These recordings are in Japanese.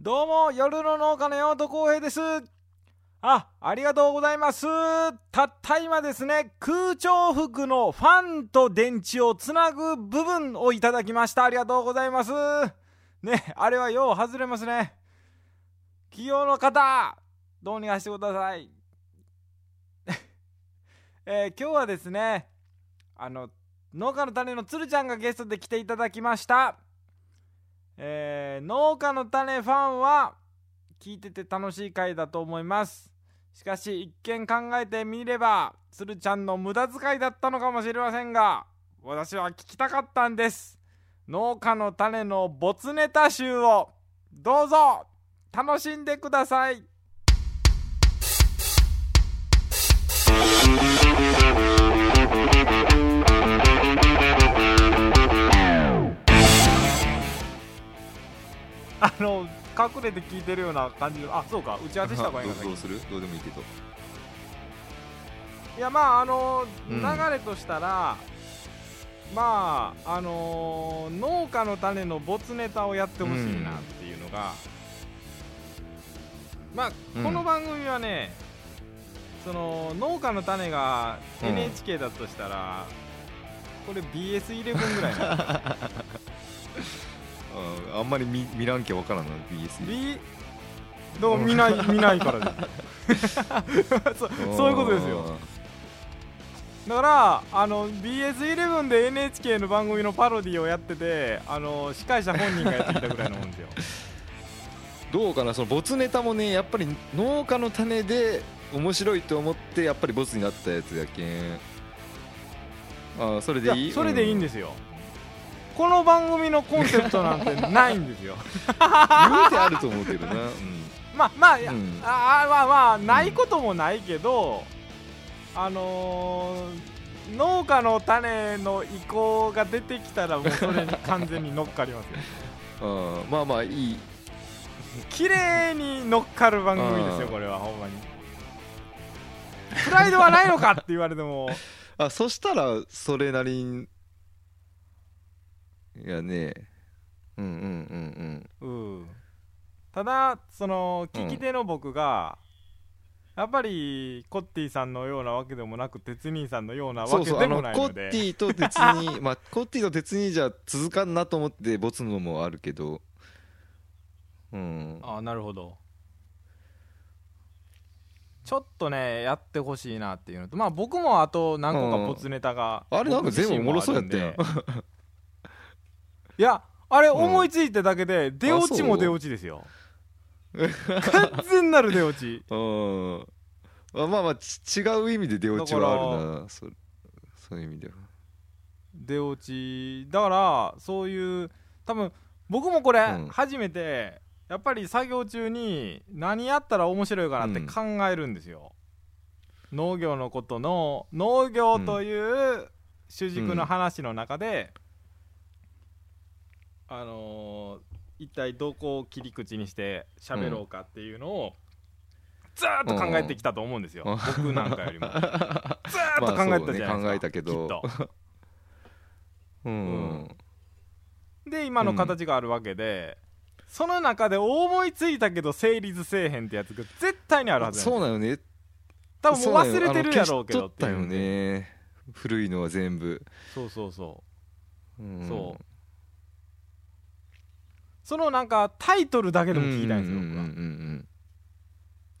どうも夜の農家の山本浩平ですあありがとうございますたった今ですね空調服のファンと電池をつなぐ部分をいただきましたありがとうございますねあれはよう外れますね企業の方どうにかしてください えー今日はですねあの農家の種のつるちゃんがゲストで来ていただきましたえー農家の種ファンは聞いてて楽しい回だと思いますしかし一見考えてみればつるちゃんの無駄遣いだったのかもしれませんが私は聞きたかったんです農家の種の没ネタ集をどうぞ楽しんでくださいあの隠れて聞いてるような感じのあそうか打ち合わせした方がいいのどかうどうするどうでもいいけどいやまああのうん流れとしたら、まああのー農家の種の没ネタをやってほしいなっていうのが、まあうんこの番組はね、その農家の種がうん NHK だとしたら、これ BS11 ぐらいな ああんまり見見らんけわからんな BS B どう見ない見ない からですそうそういうことですよだからあの BS11 で NHK の番組のパロディをやっててあの司会者本人がやってきたぐらいのもん ですよどうかなその没ネタもねやっぱり農家の種で面白いと思ってやっぱりボツになったやつやけんあそれでいい、やそれでいいんですすよ、この番組のコンセプトなんてないんですよ うん言うてあると思うけどな、うんまあまあ、いやうんあーまあまあないこともないけど、あのー農家の種の意向が出てきたらもうそれに完全に乗っかりますよあまあまあいい綺麗に乗っかる番組ですようんこれはほんまにプライドはないのかって言われてもあそしたらそれなりにいやねうんうん うんうん、ただそのうん聞き手の僕が、やっぱりコッティさんのようなわけでもなく鉄人さんのようなうんわそうけでそうあものないコのッでティと鉄 にまあコッティと鉄にじゃ続かんなと思ってボツのもあるけどうんああなるほどちょっとねやってほしいなっていうのとまあ僕もあと何個かうんボツネタが、あれなんか全部おもろそうやった僕やん自身もあるんでいやあれん思いついただけで、出落ちも出落ちですよ完全なる出落ちうんあまあまあち違う意味で出落ちはあるなそそういう意味では出落ちだからそういう多分僕もこれうん初めて、やっぱり作業中に何やったら面白いかなって考えるんですよ、農業のことの農業という主軸の話の中で、あのー一体どこを切り口にして喋ろうかっていうのをずーっと考えてきたと思うんですよ、うん僕なんかよ りもずーっと考えてたじゃないですか、まあそうね考えたけどきっとうん、で今の形があるわけで、その中で思いついたけど成立せえへんってやつが絶対にあるはずそうななのね多分もう忘れてるやろうけそどうっていなうのよあの消し取ったよね古いのは全部、そうそうそううんそうそのなんかタイトルだけでも聞きたいんですよ、うんうんうん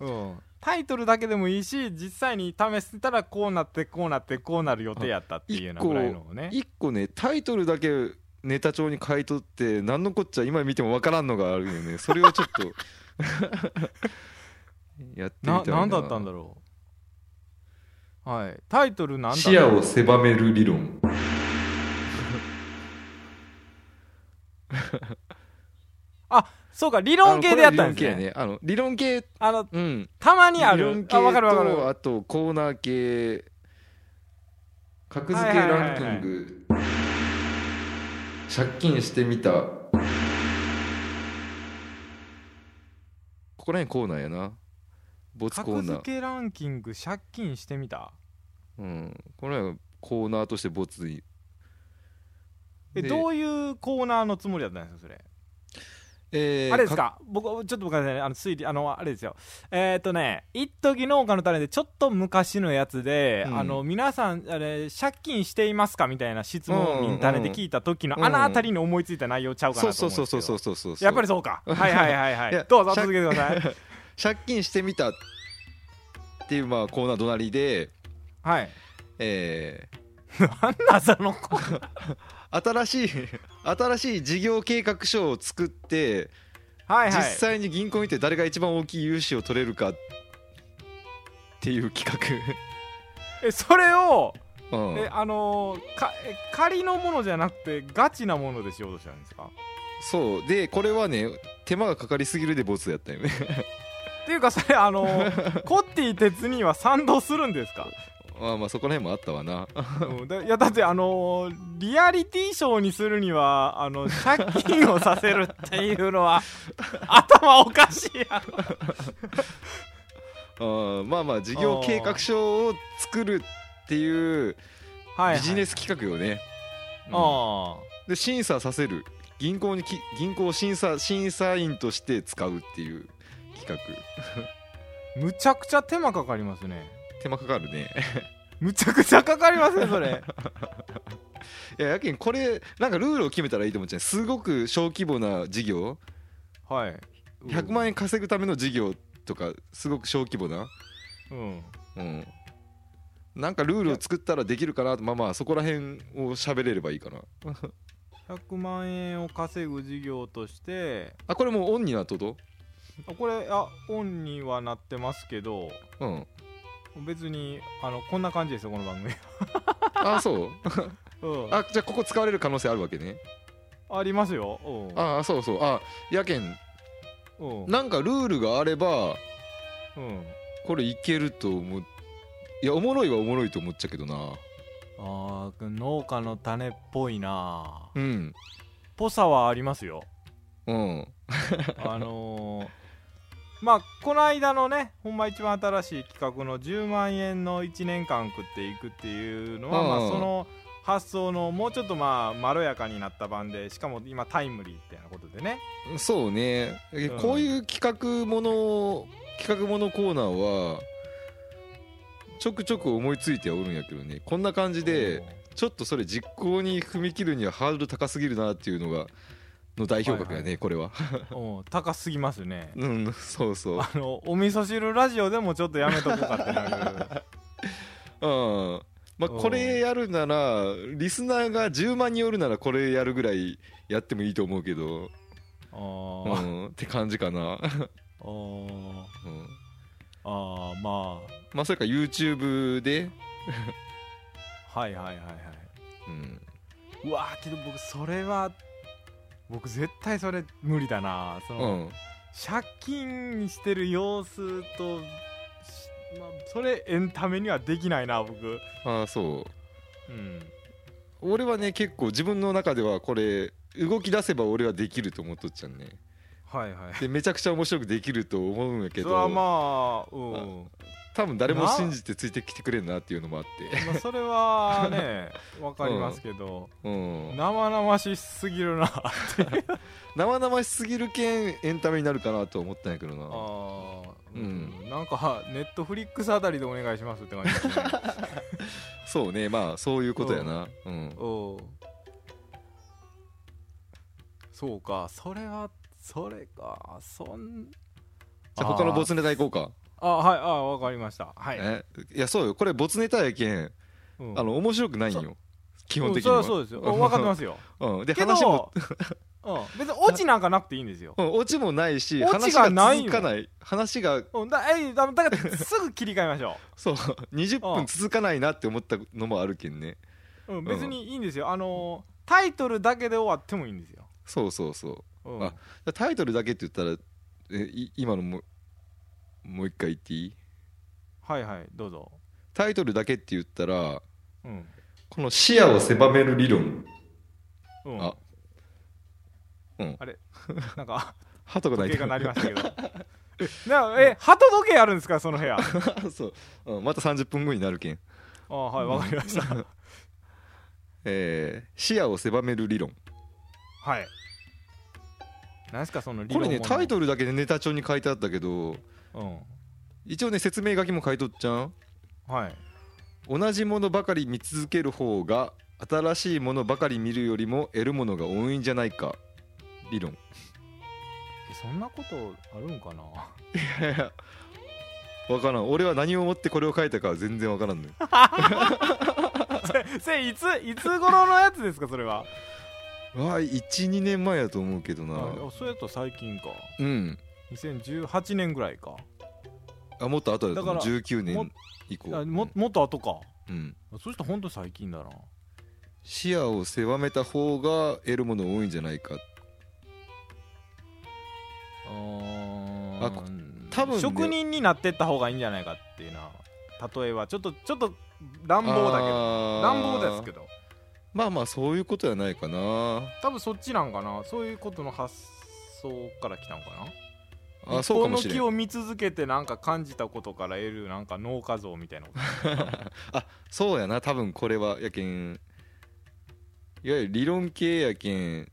僕は、うん、タイトルだけでもいいし実際に試してたらこうなってこうなってこうなる予定やったっていうようなぐらいのをね一個ねタイトルだけネタ帳に書いとって何のこっちゃ今見ても分からんのがあるよねそれをちょっ とやってみたないな何だったんだろうはいタイトルなんだ視野を狭める理論そうか理論系でやったんですねあのこれ理論系やねあの理論系あのうんたまにあ理論る系あわかるわかるとあとコーナー系格付けランキング借金してみたここら辺コーナーやな没コー格付ナーけランキング借金してみたうん、これはコーナーとして没にえでどういうコーナーのつもりだったんですかそれえーあれですか僕ちょっと僕はねあの推理あのあれですよえっ、とね一時農家の種でちょっと昔のやつで、うんあの皆さんあれ借金していましたかみたいな質問をうんインターネットで聞いた時の、うんあの辺りに思いついた内容ちゃうかそうなとそ思ううんそですうけそどうそうそうそうやっぱりそうかはいはいはいはいいやどうぞ借続けてください借金してみたっていうまあコーナー隣で、 はいえなんだその子ー新しい 新しい事業計画書を作って、はいはい実際に銀行に行って誰が一番大きい融資を取れるかっていう企えそれを、画、 うんえあのーかえ仮のものじゃなくてガチなものでしようとしたんですかそうでこれはね手間がかかりすぎるでボツやったよねっていうかそれあのーコッティ鉄には賛同するんですか まあまあそこら辺もあったわな うんだいやだってあのーリアリティショーにするにはあの借金をさせるっていうの は頭おかしいやろうんまあまあ事業計画書を作るっていうはビジネスス企画よね、うんあで審査させる銀行にき銀行を審査審査員として使うっていう企画あむちゃくちゃ手間かかりますね手間かかるねむちゃくちゃかかりますねそれいややけんこれなんかルールを決めたらいいと思っちゃうすごく小規模な事業はい100万円稼ぐための事業とかすごく小規模なうんうん、なんかルールを作ったらできるかなとまあまあそこら辺を喋れればいいかな100万円を稼ぐ事業としてあこれもうオンになっととあこれあオンにはなってますけどうん別にあのこんな感じですよこの番組、あそう うん、ああじゃあここ使われる可能性あるわけねりますよ、うん、ああそうそうあやけんうんなんかルールがあればうんこれいけると思ういやおもろいはおもろいと思っちゃうけどなあー農家の種っぽいなうんぽさはありますよ うんあのーまあこの間のねほんま一番新しい企画の10万円の1年間食っていくっていうのは、うんまあ、その発想のもうちょっとまあまろやかになった版でしかも今タイムリーってなことでねそうね、えうんこういう企画もの企画ものコーナーはちょくちょく思いついてはおるんやけどねこんな感じでちょっとそれ実行に踏み切るにはハードル高すぎるなっていうのがの代表格やね、はいはこ れはおう高すぎますねうんそうそうあのお味噌汁ラジオでもちょっとやめとこうかって なるうんまあおうこれやるならリスナーが10万人よるならこれやるぐらいやってもいいと思うけど、あうーん、って感じかな、あーうん、あーままあそれか YouTube で、あはいはいはいはいうん、うわーけど僕それは僕絶対それ無理だなそうの、ん借金してる様子と、しまあ、それエンタメにはできないな僕ああそううん俺はね結構自分の中ではこれ動き出せば俺はできると思っとっちゃうねはいはいでめちゃくちゃ面白くできると思うんやけそどれはまあうん多分誰も信じてついてきてくれんなっていうのもあって、まあ、それは ねわかりますけど、うん、生々しすぎるなあ生々しすぎるけんエンタメになるかなと思ったんやけどなーうなんかネットフリックスあたりでお願いしますって感じ ですねそうねまあそういうことやなうんおうそうかそれはそれかそんじゃあ他のボツネタいこうかあはいあわかりましたはい、えいやそうよこれボツネタやけんうんあの面白くないんよ基本的にうはんそりゃそうですよ分かってます ようんでけど話も、うん、別にオチなんかなくていいんです よ、うんオチもないしオ話チががない続よかない話がうん、だえいだだからすぐ切り替えましょそう20う分ん続かないなって思ったのもあるけんねう、うん、別にいいんですよあのータイトルだけで終わってもいいんですよ、そうそうそううん、あタイトルだけって言ったらえい今のももう一回言っていいはいはいどうぞ、タイトルだけって言ったらうんこの視野を狭める理論うん、あうんあれ なん かはとがない時計とが鳴りましたけど えなえ鳩時計あるんですかその部屋 そう、うん、また30分後になるけん、あはいわかりました えー視野を狭める理論、はい何すかその理こ論れねものタイトルだけでネタ帳に書いてあったけうどん一応ね説明書きも書いとっちゃんはい同じものばかり見続ける方が新しいものばかり見るよりも得るものが多いんじゃないか理論えそんなことあるん かなわからん俺は何をもってこれを書いたかは全然わからん のよせいついつ頃のやつですかそれはわあ12年前やと思うけどなあそうやったら最近かうん2018年ぐらいかあもっと後だと思うだから19も年以降あももっと後かうん、そしたらほんと最近だな視野を狭めた方が得るもの多いんじゃないかうーんあこ多分ね職人になってった方がいいんじゃないかっていうな例えばちょっとちょっと乱暴だけどど乱暴ですけどどまあまあそういうことじゃないかな多分そっちなんかなそういうことの発想から来たんかなあ一そう方かものしれ木んを見続けてなんか感じたことから得るなんか脳化像みたいなことあそうやな多分これはやけんいわゆる理論系やけん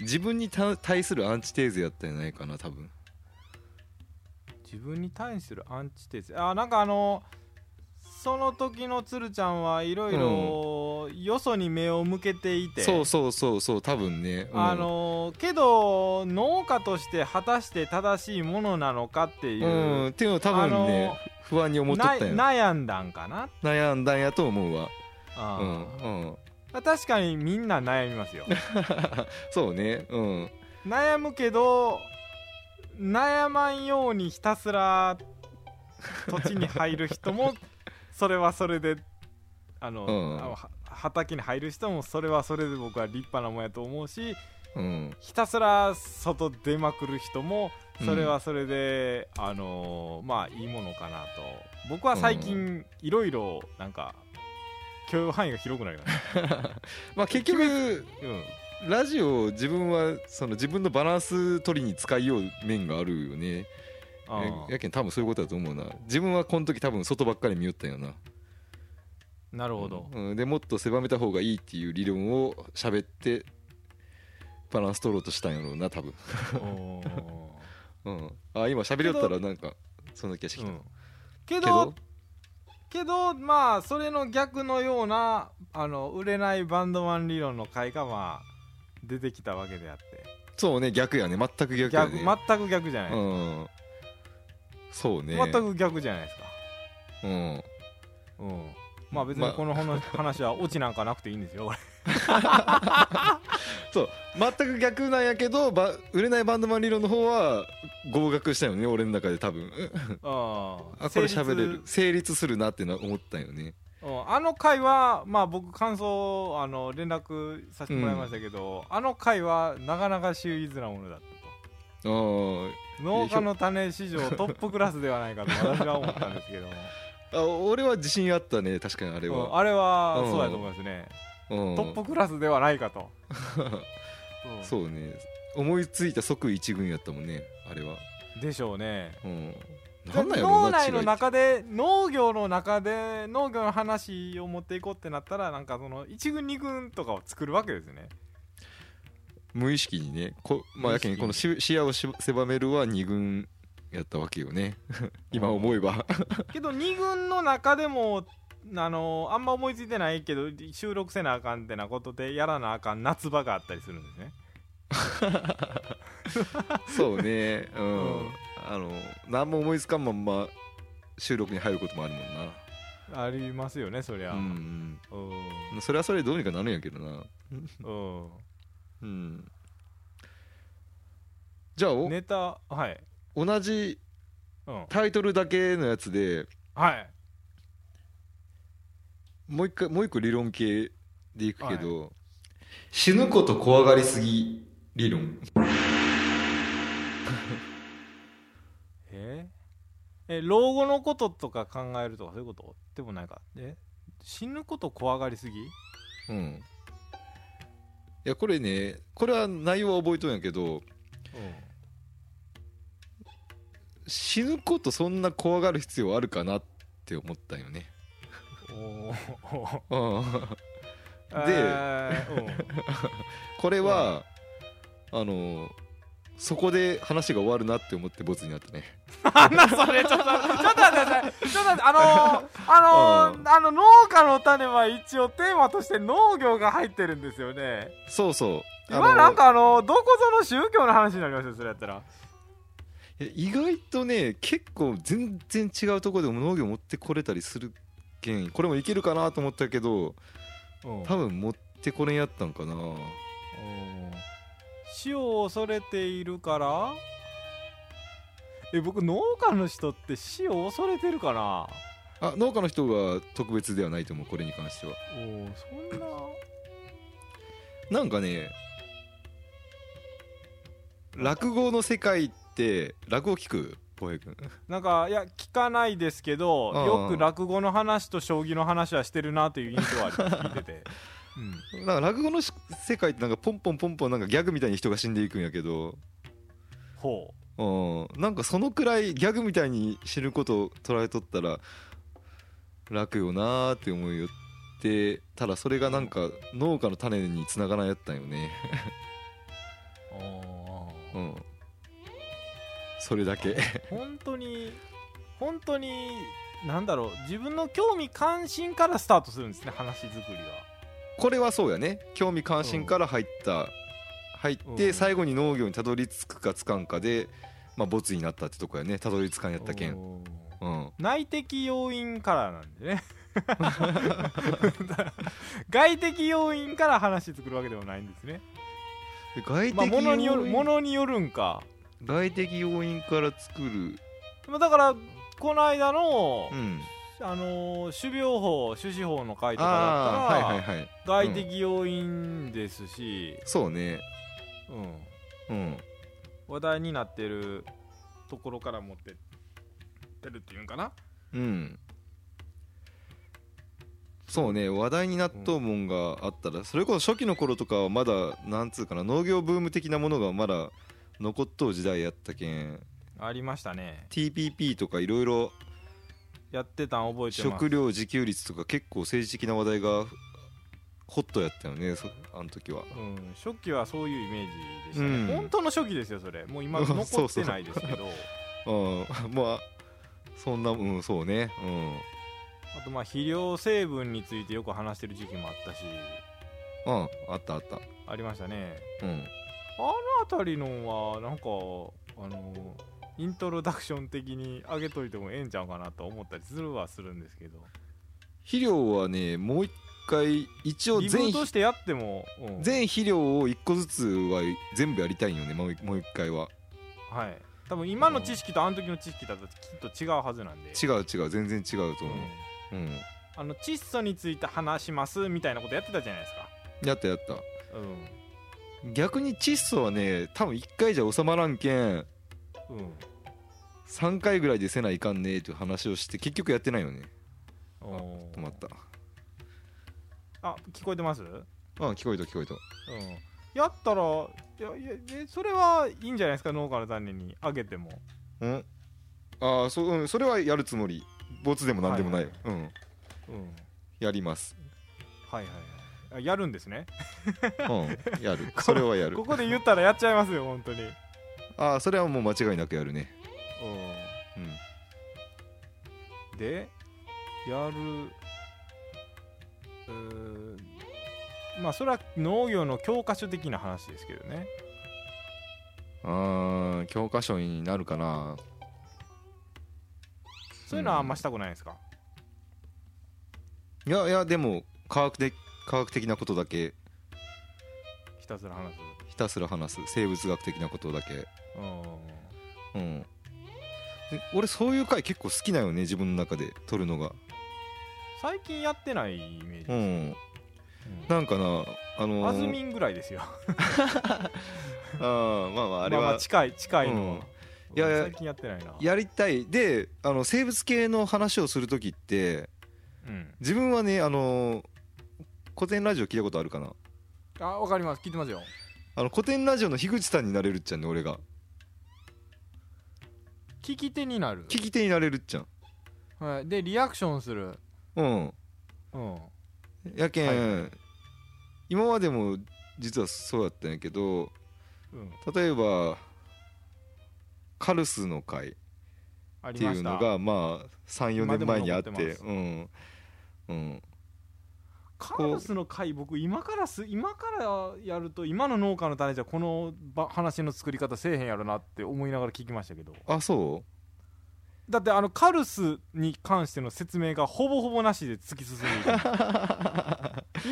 自分にた対するアンチテーゼやったんじゃないかな多分自分に対するアンチテーゼあなんかあのその時の鶴ちゃんはいろいろよそに目を向けていて、そうそうそうそう多分ね、うんあのけど農家として果たして正しいものなのかっていう、うんっていうのを多あ分ねの不安に思っとなったんや悩んだんかな悩んだんやと思うわうあんうんー確かにみんな悩みます よそうねうん悩むけど悩まんようにひたすら土地に入る人もそれはそれであの、うんあのは畑に入る人もそれはそれで僕は立派なもんやと思うしうんひたすら外出まくる人もそれはそれで、あのーまあいいものかなと僕は最近いろいろなんか許容範囲が広くなりま した、まあ結局うん、ラジオを自分はその自分のバランス取りに使いよう面があるよねあえやけん多分そういうことだと思うな自分はこの時多分外ばっかり見よったんよなーなるほど、うん、でもっと狭めた方がいいっていう理論を喋ってバランス取ろうとしたんやろうな多分、おー うん、あ今喋りよったらなんかそんな気がしてきうた、んけけどどけどまあそれの逆のようなあの売れないバンドマン理論の回がまあ出てきたわけであってそうね逆やね全く逆や逆ね全く逆じゃない、うんそうね全く逆じゃないですかうんうん、まあ別まにあこの話話はオチなんかなくていいんですよ、これそう全く逆なんやけどば売れないバンドマン理論の方は合格したよね俺の中で多分うんあ あこれ喋れる、成立するなってな思ったんよねうん、あの回は、まあ、僕感想あの連絡させてもらいましたけど、あの回はなかなか秀逸なものだったとあー農家の種史上トップクラスではないかと私は思ったんですけど もあ俺は自信あったね確かにあれうんは、あれはうんそうやと思いますね、うん、トップクラスではないかと、うんそうね思いついた即一軍やったもんねあれはでしょうねうんなんなんやろ脳うな内違いの中で農業の中で農業の話を持っていこうってなったらなんかその1軍2軍とかを作るわけです ね無意識にねこまあやけんこ無意のし視野をし狭めるは二軍やったわけよね 今思えばけど2軍の中でもあのあんま思いついてないけど収録せなあかんってなことでやらなあかん夏場があったりするんですね そうねううんんあの何も思いつかんまんま収録に入ることもあるもんなありますよねそりゃうんうんうんそれはそれでどうにかなるんやけどなうん、うんじゃあおネタはい同じうんタイトルだけのやつではいもう一回もう一個理論系でいくけど、死ぬこと怖がりすぎ理論ええ老後のこととか考えるとかそういうことでもないかえ死ぬこと怖がりすぎうんいやこれねこれは内容は覚えとんやけど死ぬことそんな怖がる必要あるかなって思ったんよねおーうんえーうんこれはあのそこで話が終わるなって思ってボツになったねあ んなそれちょっとちょっと待ってくださいちょっと待ってあのー、あのー、あの農家の種は一応テーマとして農業が入ってるんですよねそうそう今なんかあのー、どこぞの宗教の話になりましたよそれやったらいや意外とね結構全然違うところでも農業持ってこれたりするけんこれもいけるかなと思ったけどうん多分持ってこれんやったんかな死を恐れているからえ僕農家の人って死を恐れてるかなあ農家の人が特別ではないと思うこれに関してはおおそんななんかね落語の世界って落語聞く浩平君なんかいや聞かないですけどうんよく落語の話と将棋の話はしてるなという印象はあります聞いて て、なんか落語のし世界ってなんかポンポンポンポンなんかギャグみたいに人が死んでいくんやけどほううんなんかそのくらいギャグみたいに死ぬことを捉えとったら楽よなーって思いよってただそれがなんか農家の種につながらんやったんよねうんそれだけ 本当に本当になんだろう自分の興味関心からスタートするんですね話作りこれはそうやね興味関心から入った入っうてん最後に農業にたどり着くかつかんかでまあボツになったってとこやねたどり着かんやっがたけんおーうん内的要因からなんで ね外的要因から話作るわけでもないんですね外まあ的ものによ要る因ものによるんか外的要因から作るまあだからこの間の、うんあのー種苗法種子法の回とかだああったら、はいはいはい外的要因ですし、そうねうんうん話題になってるところから持ってってるっていうんかなうんそうね話題になっとうもんがあったらそれこそ初期の頃とかはまだなんつうかな農業ブーム的なものがまだ残っとう時代やったけんありましたね TPP とかいろいろやってたん覚えてます食料自給率とか結構政治的な話題がホットやったよねそあの時はうん、初期はそういうイメージでしたね、うん本当の初期ですよそれもう今残そうってそうないですけどうん まあそんなうんそうねあとまあ肥料成分についてよく話してる時期もあったしうんうんあったあったありましたねうんあの辺りのはなんかあのイントロダクション的に上げといてもええんちゃうかなと思ったりするはするんですけど肥料はねもう一回一応リブ全ートしてやっても、うん全肥料を1個ずつは全部やりたいんよねもうもう1回ははい多分今の知識とあの時の知識だときっと違うはずなんで違う違う全然違うとうん思ううんあの窒素について話しますみたいなことやってたじゃないですかやったやったうん逆に窒素はね多分1回じゃ収まらんけんうん3回ぐらいでせないかんねっていう話をして結局やってないよねあおー止まったあ聞こえてますうんあ聞こえた聞こえたやったらいやいやえそれはいいんじゃないですか農家の種にあげてもうんああそ,、うん、それはやるつもりボツでもなんでもない、はいうんうんやり ます、はいはいはいあやるんですねうん、やるそれはやるここで言ったらやっちゃいますよ本当にうんああそれはもう間違いなくやるねうんでやるうーまあそれは農業の教科書的な話ですけどねあー教科書になるかなそういうのはあんましたくないですか、いやいやでも科学的科学的なことだけひたすら話すひたすら話す生物学的なことだけうんうんで俺そういう回結構好きなよね自分の中で撮るのが最近やってないイメージでうす、んうんなんかなあのー、あずみんぐらいですよ。あーまあまああれまあまはあ近い近いのは、うんいやいや最近やってないな。やりたいであの生物系の話をする時ってうん、自分はねあのー古典ラジオ聞いたことあるかなあわかります聞いてますよ。あの古典ラジオの樋口さんになれるっちゃんね俺が聞き手になる。聞き手になれるっちゃんはい、でリアクションする。うんうん。やけん、は今までも実はそうやったんやけどうん、例えばカルスの会あっりてまいうしたのがまあ34今でも年前にあって残ってますうん、うん、カラスの回僕今からす今からやると今の農家の種じゃこのば話の作り方せえへんやろなって思いながら聞きましたけどあそだってあのカルスに関しての説明がほぼほぼなしで突き進ん でいく今だったそう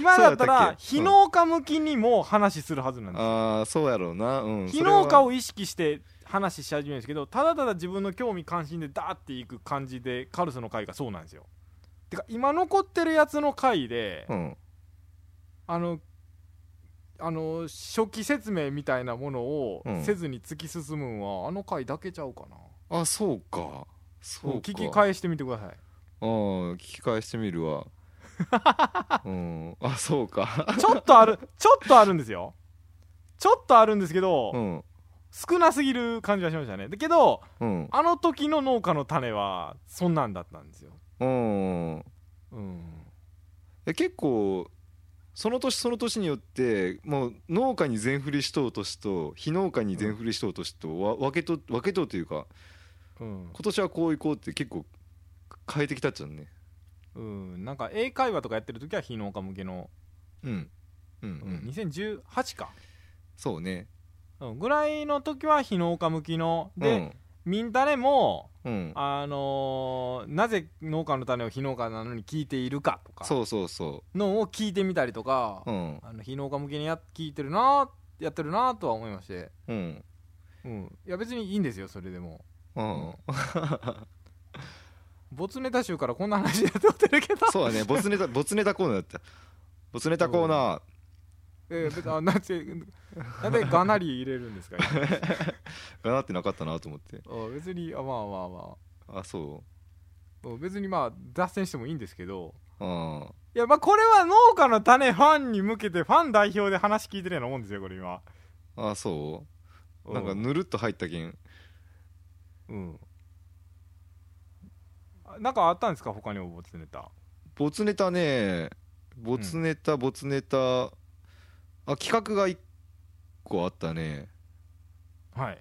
だったらっけ非農家向きにも話するはずなうんですよあーそうやろうなうん非農家それはを意識して話し始めるんですけどただただ自分の興味関心でダーっていく感じでカルスの回がそうなんですよてか今残ってるやつの回で、うんあのあの初期説明みたいなものをうんせずに突き進むのは、あの回だけちゃうかなあそうかそうか聞き返してみてください あー聞き返してみる わうんあそうかちょっとあるちょっとあるんですよちょっとあるんですけど、うん少なすぎる感じはしましたねだけどうんあの時の農家の種はそんなんだったんですようんうんえ結構その年その年によってもう農家に全振りしとう年と非農家に全振りしとう年とわ分けと分けとうというかうん、今年はこういこうって結構変えてきたっちゃうねうん、なんか英会話とかやってる時は非農家向けの、うんうんううんん2018か、そうねうん、ぐらいの時は非農家向きので、ミンタネもうんうんあのーなぜ農家の種を非農家なのに聞いているかとかそうそうそのを聞いてみたりとか、ううんあの非農家向けにや聞いてるなやってるなとは思いまして、うんうん、いや別にいいんですよそれでもうん没ネタ集からこんな話やってもってる けどそうだねボツネタボツネタコーナーだったボツネタコーナーえー別にあなんてなんでがなり入れるんですか 今がなってなかったなと思ってうん別にあまあまあまあそあうん別にまあ脱線してもいいんですけどうあいやまあこれは農家の種ファンに向けてファン代表で話聞いてるようなもんですよこれ今あそうんうなんかぬるっと入ったけんうん。あなんかあったんですか他にもボツネタ。ボツネタねボツネタボツネタ、あ企画が1個あったねはい。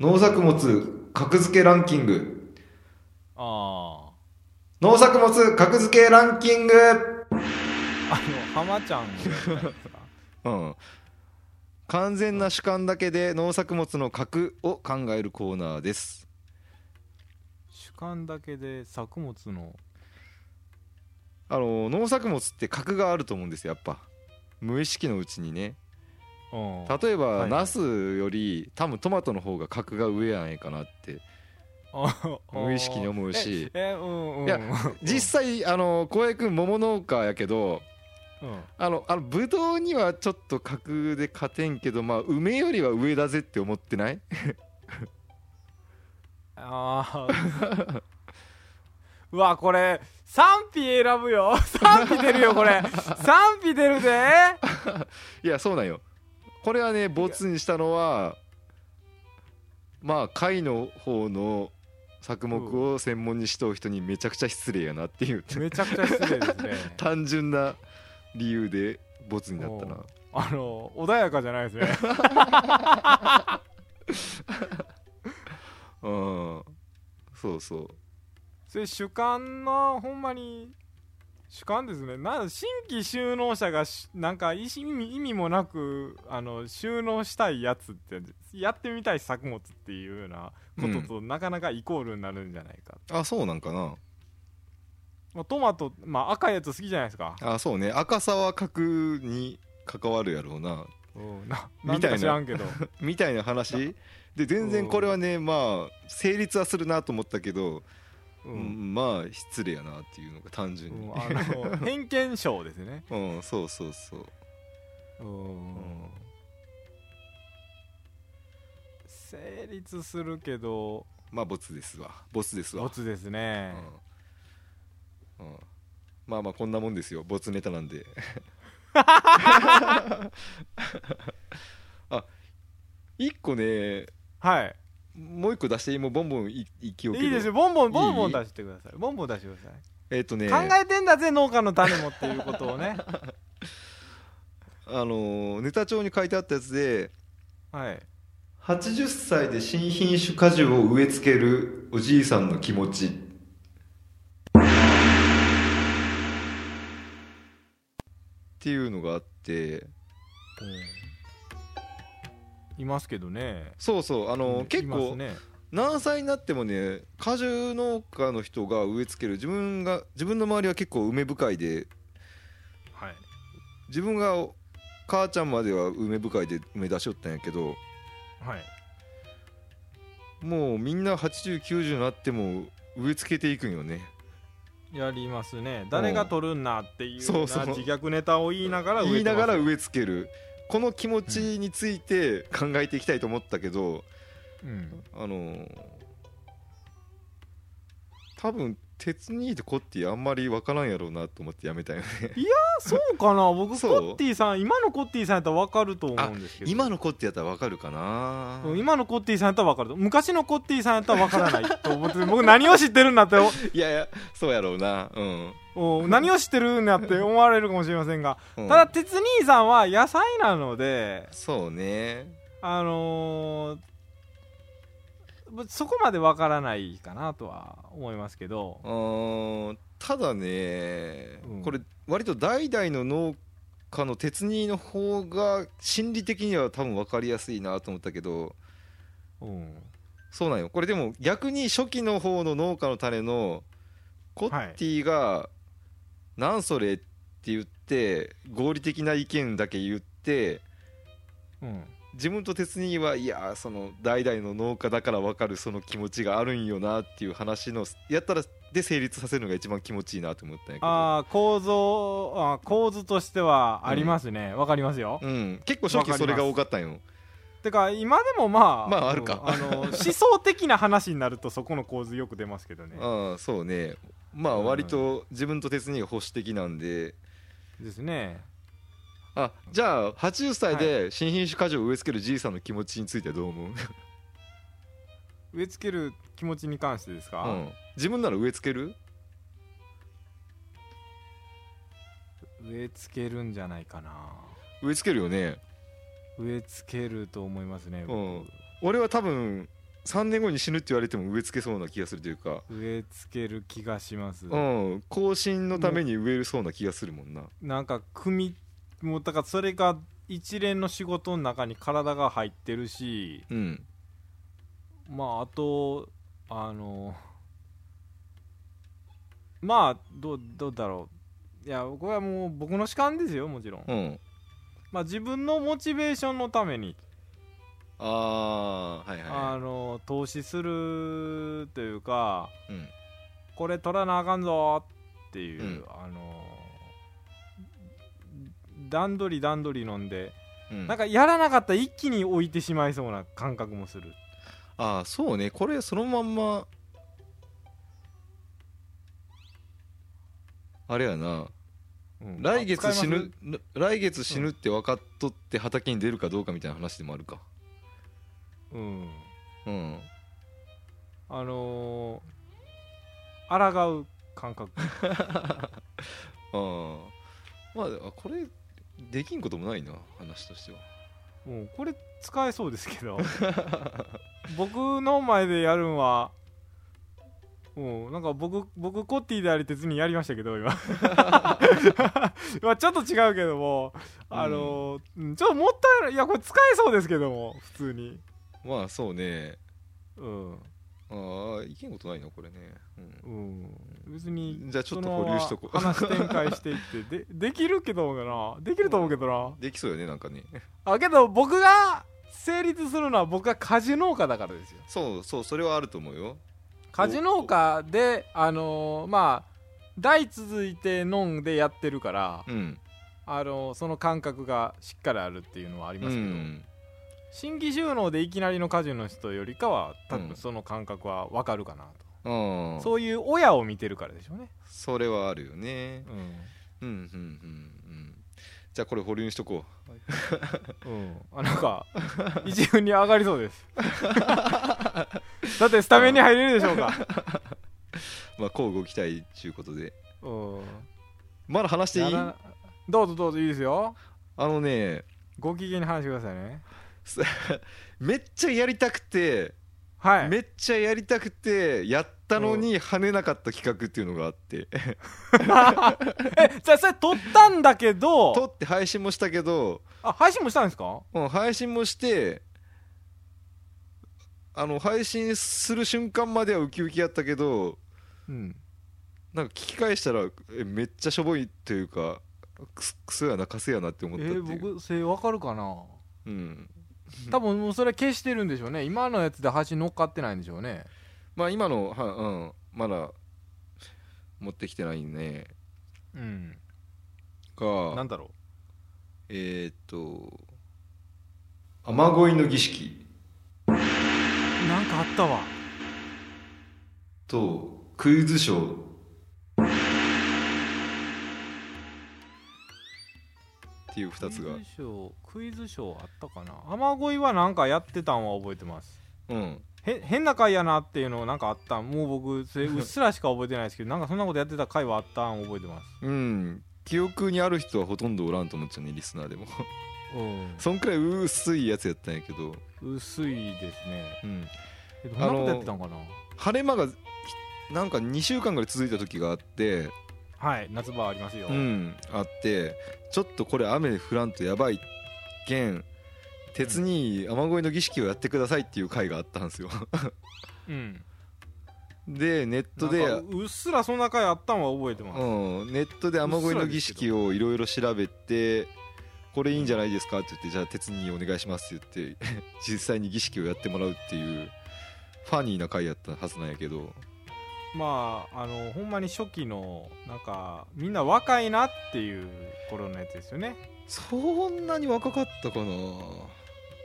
農作物格付けランキングあ農作物格付けランキングあ。あの浜ちゃんがやったん ですか。うん完全な主観だけで農作物の格を考えるコーナーです主観だけで作物の。あの農作物って格があると思うんですよやっぱ無意識のうちにねうん。例えはばいナスより多分トマトの方が格が上やないかなってあ無意識に思うしええうんうん。いや実際あの浩平君桃農家やけどうん。うんあのあのブドウにはちょっと格で勝てんけどまあ梅よりは上だぜって思ってないああ。 うわこれ賛否選ぶよ 賛否出るよこれ賛否出るでいやそうなんよこれはねボツにしたのはまあ貝の方の作目を専門にしとう人にめちゃくちゃ失礼やなっていうめちゃくちゃ失礼ですね単純な理由でボツになったなおあの穏やかじゃないですねうんそうそうそれ主観のほんまに主観ですねなん新規収納者がしなんか意味意味もなくあの収納したいやつってやってみたい作物っていうようなことと、なかなかイコールになるんじゃないか、あそうなんかなまあ、トマト、まあ、赤いやつ好きじゃないですか、あそうね赤さは格に関わるやろうなうん、なみたなんでかいな知らんけどみたいな話で全然これはねまあ成立はするなと思ったけど、う、うんんまあ失礼やなっていうのが単純うにん、あの偏見症ですね、うん、そうそうそうう、んうん成立するけどまあボツですわボツですわボツですね、うんうんまあまあこんなもんですよボツネタな んで あ一個ねはいもう一個出してもうボンボンいいきようけどいいですよボンボンボンボいンい出してくださいボンボン出してくださいえっ、とね 考えてんだぜ農家の種もっていうことをねああのネタ帳に書いてあったやつではい80歳で新品種果樹を植え付けるおじいさんの気持ちっていうのがあっていますけどねそうそうあの、うん結います構、ね何歳になってもね果樹農家の人が植え付ける自分が自分の周りは結構梅深いではい自分が母ちゃんまでは梅深いで梅出しよったんやけどはいもうみんな8090になっても植え付けていくんよねやりますね誰が取るんなっていうようそなうそう自虐ネタを言いながら植言えいてなまがすら植え付けるこの気持ちについて考えていきたいと思ったけど、うんあのー多分鉄にとコッティあんまりわからんやろうなと思ってやめたよねあそうかな僕コそうッティさん今のコッティさんやったら分かると思うんですけど 今のコッティやったらわかるかなうん今のコッティさんやったら分かると昔のコッティさんやったら分からないと思って僕何を知ってるんだっていやいやそうやろうなうん、お何を知ってるんだって思われるかもしれませんがうんただ鉄兄さんは野菜なのでそうねあのーそこまで分からないかなとは思いますけどうーんただね、うんこれ割と代々の農家の鉄人の方が心理的には多分分かりやすいなと思ったけどうんそうなんよこれでも逆に初期の方の農家の種のコッティが「なんそれ?」って言って合理的な意見だけ言ってうん自分と鉄人はいやーその代々の農家だから分かるその気持ちがあるんよなっていう話のやったらで成立させるのが一番気持ちいいなと思ったんやけどああ構造あー構図としてはありますねわ、かりますよ、うん、結構初期それが多かったんよてか今でもまあまああるかうんあの思想的な話になるとそこの構図よく出ますけどねああそうねまあうん割と自分と鉄人が保守的なんでですねあじゃあ80歳で新品種果樹を植え付けるじいさんの気持ちについてはどう思う、植え付ける気持ちに関してですか、うん、自分なら植え付ける植え付けるんじゃないかな植え付けるよね植え付けると思いますね、僕うん俺は多分3年後に死ぬって言われても植え付けそうな気がするというか植え付ける気がします、うん更新のために植えるそうな気がするもんななんか組もうだからそれが一連の仕事の中に体が入ってるしうんまああとあのまあどうどうだろういやこれはもう僕の主観ですよもちろん、うんまあ自分のモチベーションのために、ああはいはいはあの投資するというかいうんこれ取らなあかんぞっていう、うんあの段取り段取り飲んで、うんなんかやらなかったら一気に置いてしまいそうな感覚もするああそうねこれそのまんまあれやなうん来月死あ使いぬ来月死ぬって分かっとって畑に出るかどうかみたいな話でもあるかますうんうんあのー、抗う感覚ああまああこれできんこともないな話としてはもうこれ使えそうですけ ど僕の前でやるんはうん、なんか僕僕コッティであり鉄にやりましたけど今 まあちょっと違うけどもあのーうんちょっともったいないいやこれ使えそうですけども普通にまあそうねうんああいけんことないなこれね、うんうん別にじゃあちょっと保留しとこそうのまま話展開していって でできるけどもなできると思うけどな、できそうよねなんかねあけど僕が成立するのは僕が果樹農家だからですよそうそうそれはあると思うよ果樹農家であのーまあ代続いてノンでやってるから、うんあのーその感覚がしっかりあるっていうのはありうますけど、ん新規収納でいきなりの果樹の人よりかは多うん分その感覚はわかるかなと、ああそういう親を見てるからでしょうね、それはあるよねうんうんうんうんうんじゃあこれ保留にしとこうん、あなんか一軍に上がりそうです だってスタメンに入れるでしょうか、うまあこうご期待ちゅうことでうん、まだ話していいならどうぞどうぞいいですよああのねご機嫌に話してくださいねすめっちゃやりたくて、はい めっちゃやりたくてやったのに跳ねなかった企画っていうのがあってえじゃあそれ撮ったんだけ撮どって配信もしたけど、あ配信もしたんですかうん、配信もしてあの配信する瞬間まではウキウキやったけどうんなんか聞き返したらえめっちゃしょぼいというかくすくそやなかせやなって思えったっていう、ー、僕それ分かるかなうん、多分もうそれは消してるんでしょうね今のやつで配信乗っかってないんでしょうねまあ今のは、うん、まだ持ってきてないねうんながんだろえーっと雨乞いの儀式うなんかあったわとクイズショーっていう2つがクイズショークイズショーあったかな雨乞いはなんかやってたんは覚えてますうんへ変な回やなっていうのなんかあったんもう僕それうっすらしか覚えてないですけどなんかそんなことやってた回はあったん覚えてますうん記憶にある人はほとんどおらんと思っちゃうねリスナーでもう そんくらい薄いやつやったんやけど、ん薄いですねうん、えどんなことやってたんかな晴れ間がひなんか2週間ぐらい続いた時があってはい夏場ありますよ、うん、あってちょっとこれ雨降らんとやばいけん鉄に雨乞いの儀式をやってくださいっていう回があったんですよ うんでネットでなんかうっすらそんな回あったんは覚えてます、うん、ネットで雨乞いの儀式をいろいろ調べてこれいいんじゃないですかって言ってじゃあ鉄にお願いしますって言って 実際に儀式をやってもらうっていうファニーな回やったはずなんやけどまああのほんまに初期のなんかみんな若いなっていう頃のやつですよねそんなに若かったかな、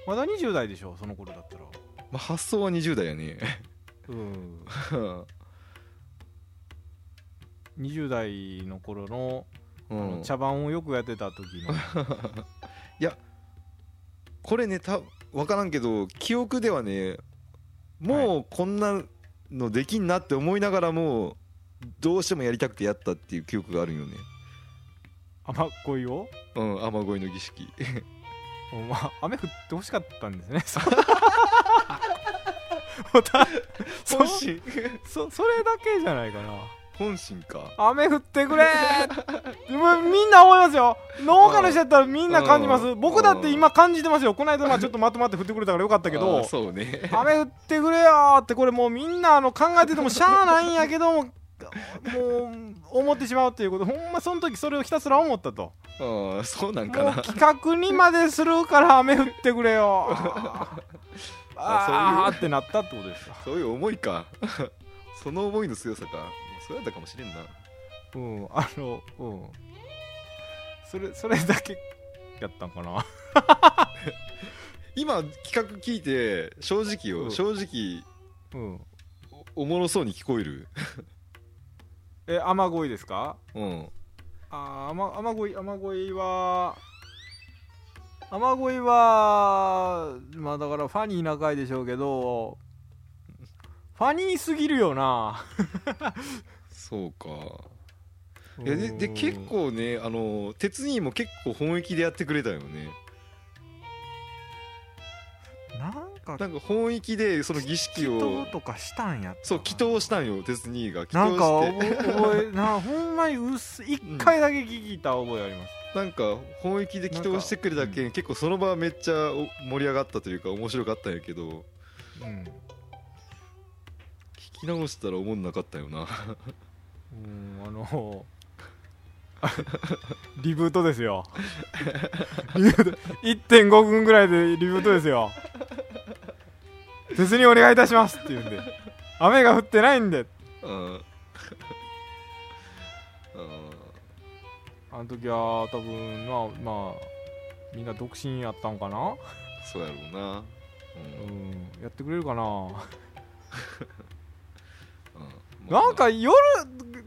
まだ20代でしょその頃だったらまあ、発想は20代やね うん20代の頃の,、うあの茶番をよくやってた時 のこれねた分からんけど記憶ではねもうこんなのできんなって思いながらもどうしてもやりたくてやったっていう記憶があるんよね雨乞いをうん雨乞いの儀 式まあ雨降ってほしかったんですね そほたそ心そそれだけじゃないかな本心か雨降ってくれーもうみんな思いますよ農家の人だったらみんな感じますうん僕だって今感じてますよこの間まあちょっとまとまって降ってくれたからよかったけあーどそうね 雨降ってくれよーってこれもうみんなあの考えててもしゃあないんやけどももう思ってしまうっていうことほんまその時それをひたすら思ったとあーそうなんかもう な企画にまでするから雨降ってくれ よああそういうあーってなったってことですかそういう思いかその思いの強さかそうやったかもしれんなうんあのうんそれそれだけやったんかな今企画聞いて正直よ、うん正直うんおおもろそうに聞こえるえ雨乞いですかうんあー雨雨乞い雨乞いは雨乞いはまあだからファニーな回でしょうけどファニーすぎるよなそうかいやででうん結構ねあの鉄人も結構本気でやってくれたよねなんかなんか本気でその儀式祈を祷とかしたんやったそう祈祷したんよ鉄人が 祈なんか祷して覚え覚えなほんまにうっす一回だけ聞いた覚えあります、なんか本気で祈祷してくれたけん結構その場はめっちゃお盛り上がったというか面白かったんやけどうん聞き直したら思んなかったよ うんな あの リブートですよリブート1.5分ぐらいでリブートですよ別にお願いいたしますって言うんで雨が降ってないんでうんうんあの時は多分まあまあみんな独身やったんかなそうやろうなううんんやってくれるかなうんまあなんか夜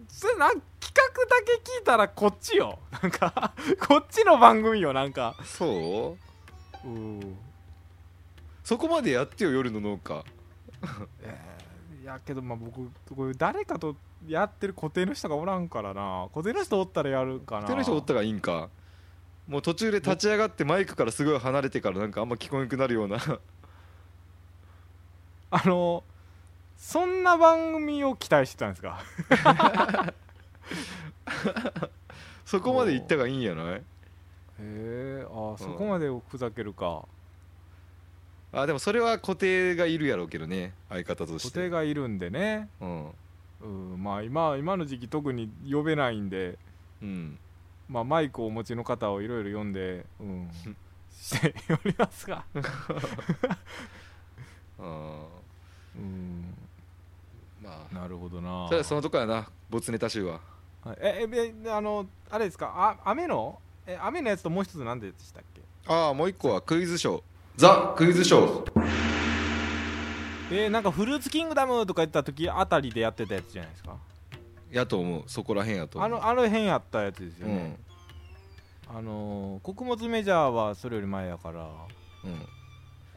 それなん企画だけ聞いたらこっちよ なんかこっちの番組よなんかそううんそこまでやってよ夜の農家いやけどまあ僕これ誰かとやってる固定の人がおらんからな固定の人おったらやるかな手の人おったらいいんかもう途中で立ち上がってマイクからすごい離れてからなんかあんま聞こえなくなるようなあのそんな番組を期待してたんですか そこまで行ったがいいんやないへえあそこまでふざけるかあでもそれは固定がいるやろうけどね相方として固定がいるんでねうんうんまあ今今の時期特に呼べないんで、うんまあ、マイクをお持ちの方をいろいろ呼んで、うん、 しておりますが、あうん、ーまなるほどなあただそのとこやなボツネタ集ははいえええあのあれですかあ雨のえ雨のやつともう一つ何でしたっけああもう一個はクイズショーザ・クイズショーえーなんかフルーツキングダムとか言った時あたりでやってたやつじゃないですかやと思うそこらへんやと思あうのあの辺やったやつですようんね、あのー穀物メジャーはそれより前やからうん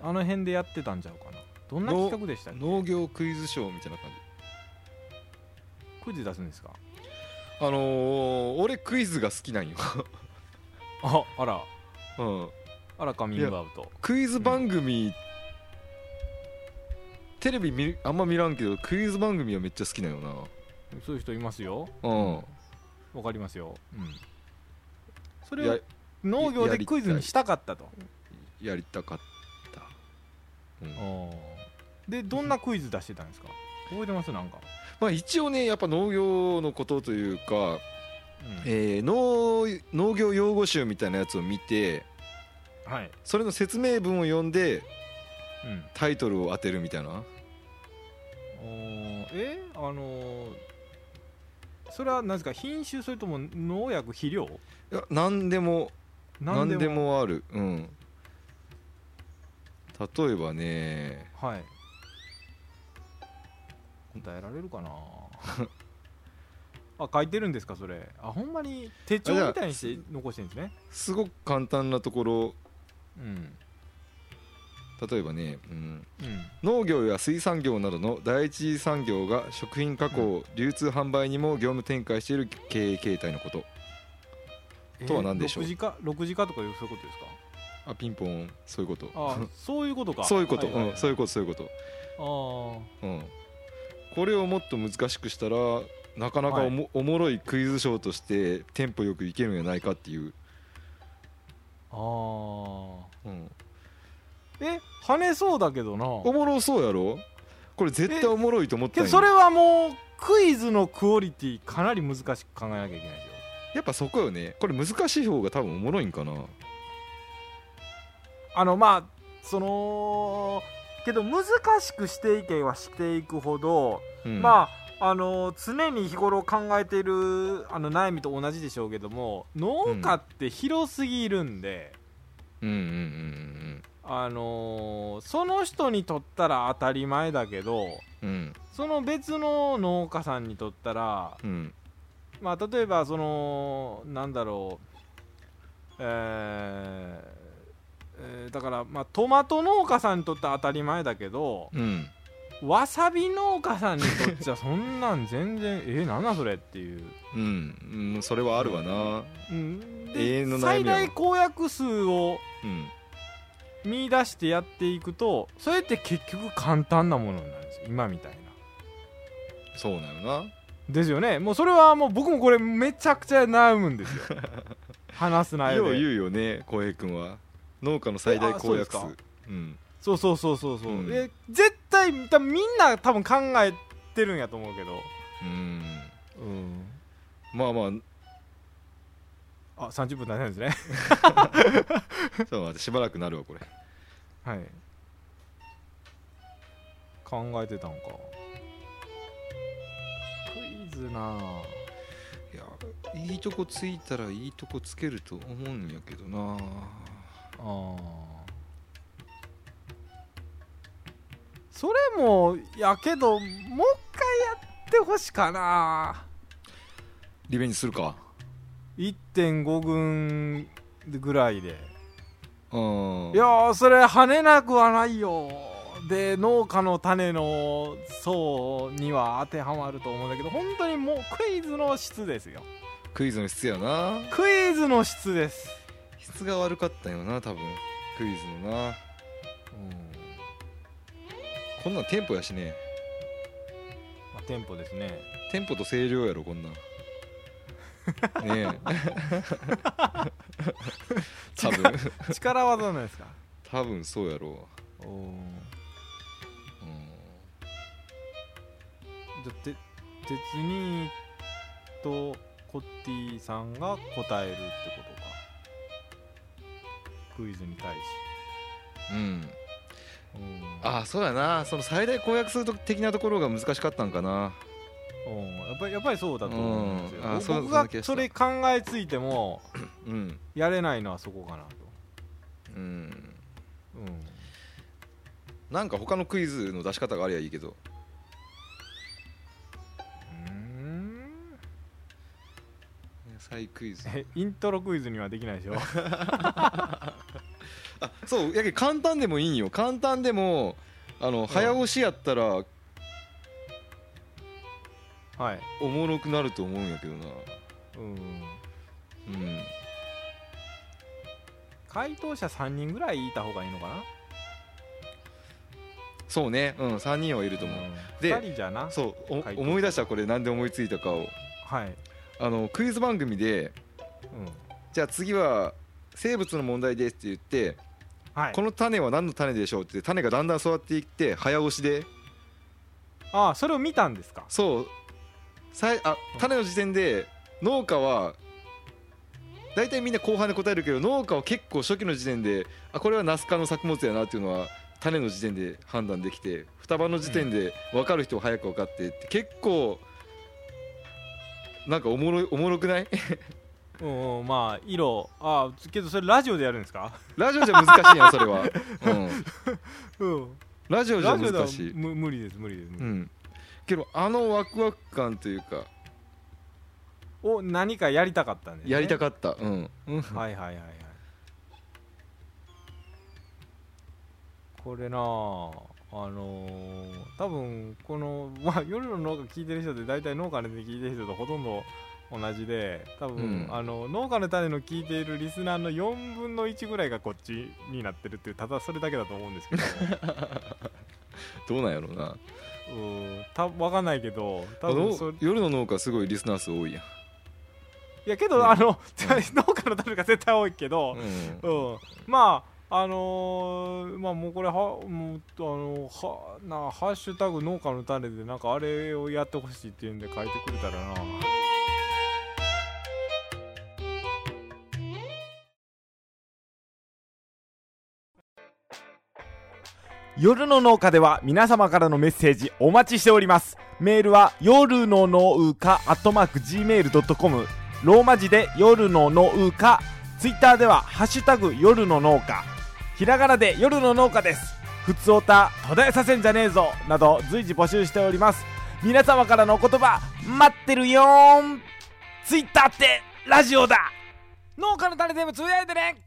あの辺でやってたんちゃうかなどんな企画でしたっけ農業クイズショーみたいな感じクイズ出すんですかあのー、俺クイズが好きなんよ、ああら うん、あらカミングアウトクイズ番組、テレビ見あんま見らんけどクイズ番組はめっちゃ好きなんよなそういう人いますようん、わかりますよ、うん、そやれを農業でクイズにしたかったとやりたかった、うんおーでどんなクイズ出してたんですか覚えてますなんか、まあ、一応ねやっぱ農業のことというか、うんえー農農業用語集みたいなやつを見てはい、それの説明文を読んうでんタイトルを当てるみたいなおーえあのーそれは何ですか品種それとも農薬肥料いや何でも何何ででももあるうん例えばねはい答えられるかな あ書いてるんですかそれあほんまに手帳みたいにして残してるんですねすごく簡単なところうん例えばね、うん、うん農業や水産業などの第一次産業が食品加工、流通販売にも業務展開している経営形態のこととは何でしょうえー6時か6時かとかいうそういうことですかあピンポンそういうことあそういうことか そういうこと、うん、そういうこことそういうこと、とうん、これをもっと難しくしたらなかなかおも,、おもろいクイズショーとしてテンポよくいけるんじゃないかっていう、あーあうん、ーえ跳ねそうだけどなおもろそうやろこれ絶対おもろいと思っけたどんやそれはもうクイズのクオリティかなり難しく考えなきゃいけないですよやっぱそこよねこれ難しい方が多分おもろいんかなあのまあそのけど難しくしていけばしていくほど、うんまああの常に日頃考えているあの悩みと同じでしょうけども農家って広すぎるんで、うんうんうんうんあのーその人にとったら当たり前だけどうんその別の農家さんにとったら、うんまあ、例えばそのなんだろうえーえーだから、まあ、トマト農家さんにとっては当たり前だけどうんわさび農家さんにとっ ちゃそんなん全然えー、なんだそれっていう、うん、うん、それはあるわなうん、で永遠の悩みや最大公約数をうん見出してやっていくとそれって結局簡単なものになるんですよ今みたいなそうなのなですよねもうそれはもう僕もこれめちゃくちゃ悩むんです よ話す内容よう言でうよね浩平君は農家の最大公約えあ数そうでうんそうそうそうそうそう、うんで絶対多分みんな多分考えてるんやと思うけどうんうんまあ まああ30分経ないですね そう待ってしばらくなるわこれはい考えてたんかクイズなあいやいいとこついたらいいとこつけると思うんやけどなあーそれもやけどもう一回やってほしかなリベンジするか1.5軍ぐらいでうんいやーそれ跳ねなくはないよで農家の種の層には当てはまると思うんだけど本当にもうクイズの質ですよクイズの質やなクイズの質ですい質が悪かったよな多分クイズのなうんこんなんテンポやしねまあ、テンポです ねテンポと声量やろこん なんねえ 多分力技なんですか多分そうやろおおう、うんじゃあて鉄兄とコッティさんが答えるってことかクイズに対しうん、ああそうやなその最大公約数的なところが難しかったんかなうんやっぱりやっぱりそうだと思うんですようんあ僕そ僕うそんなが気がしたそれ考えついてもうんやれないのはそこかなと、ううんん、なんか他のクイズの出し方がありゃいいけどうーん再クイズえイントロクイズにはできないでしょ あそうやけど簡単でもいいんよ簡単でもあの早押しやったらはいおもろくなると思うんやけどなうんうん回答者3人ぐらいいた方がいいのかなそうねうん3人はいるとう思う、んで2人じゃなそうお回答思い出したこれなんで思いついたかをはい、あのクイズ番組でうんじゃあ次は生物の問題ですって言ってはいこの種は何の種でしょうって種がだんだん育っていって早押しでああそれを見たんですかそうさいあ種の時点で農家は大体みんな後半で答えるけど農家は結構初期の時点であこれはナス科の作物やなっていうのは種の時点で判断できて双葉の時点で分かる人は早く分かってって結構なんかおもろいおもろくない うん、うん、まあ色ああけどそれラジオでやるんですかラジオじゃ難しいやんそれ は、うん、うんラジオじゃラジオでは難しいむ無理です無理です無理うです、んけどあのワクワク感というかを何かやりたかったんです、ね、やりたかった、うん、うんった はいはいはいはいこれなああのー、多分この、 まあ、夜の農家聞いてる人って大体農家の種聞いてる人とほとんど同じで多分、うんあの農家の種の聞いているリスナーの4分の1ぐらいがこっちになってるっていうただそれだけだと思うんです けどどうなんやろうなうんた分かんないけど多あ分のそれ夜の農家すごいリスナー数多いやいん、やけうんどあの、 農家の種が絶対多いけど、ううんまああのーまあもうこれはもうあのはなハッシュタグ農家の種でなんかあれをやってほしいっていうんで書いてくれたらな夜の農家では皆様からのメッセージお待ちしておりますメールは夜の農家アットマーク Gmail.com ローマ字で夜の農家ツイッターでは「ハッシュタグ夜の農家」ひらがなで夜の農家ですふつおた途絶えさせんじゃねえぞなど随時募集しております皆様からのお言葉待ってるよーんツイッターってラジオだ農家の種全部つぶやいてね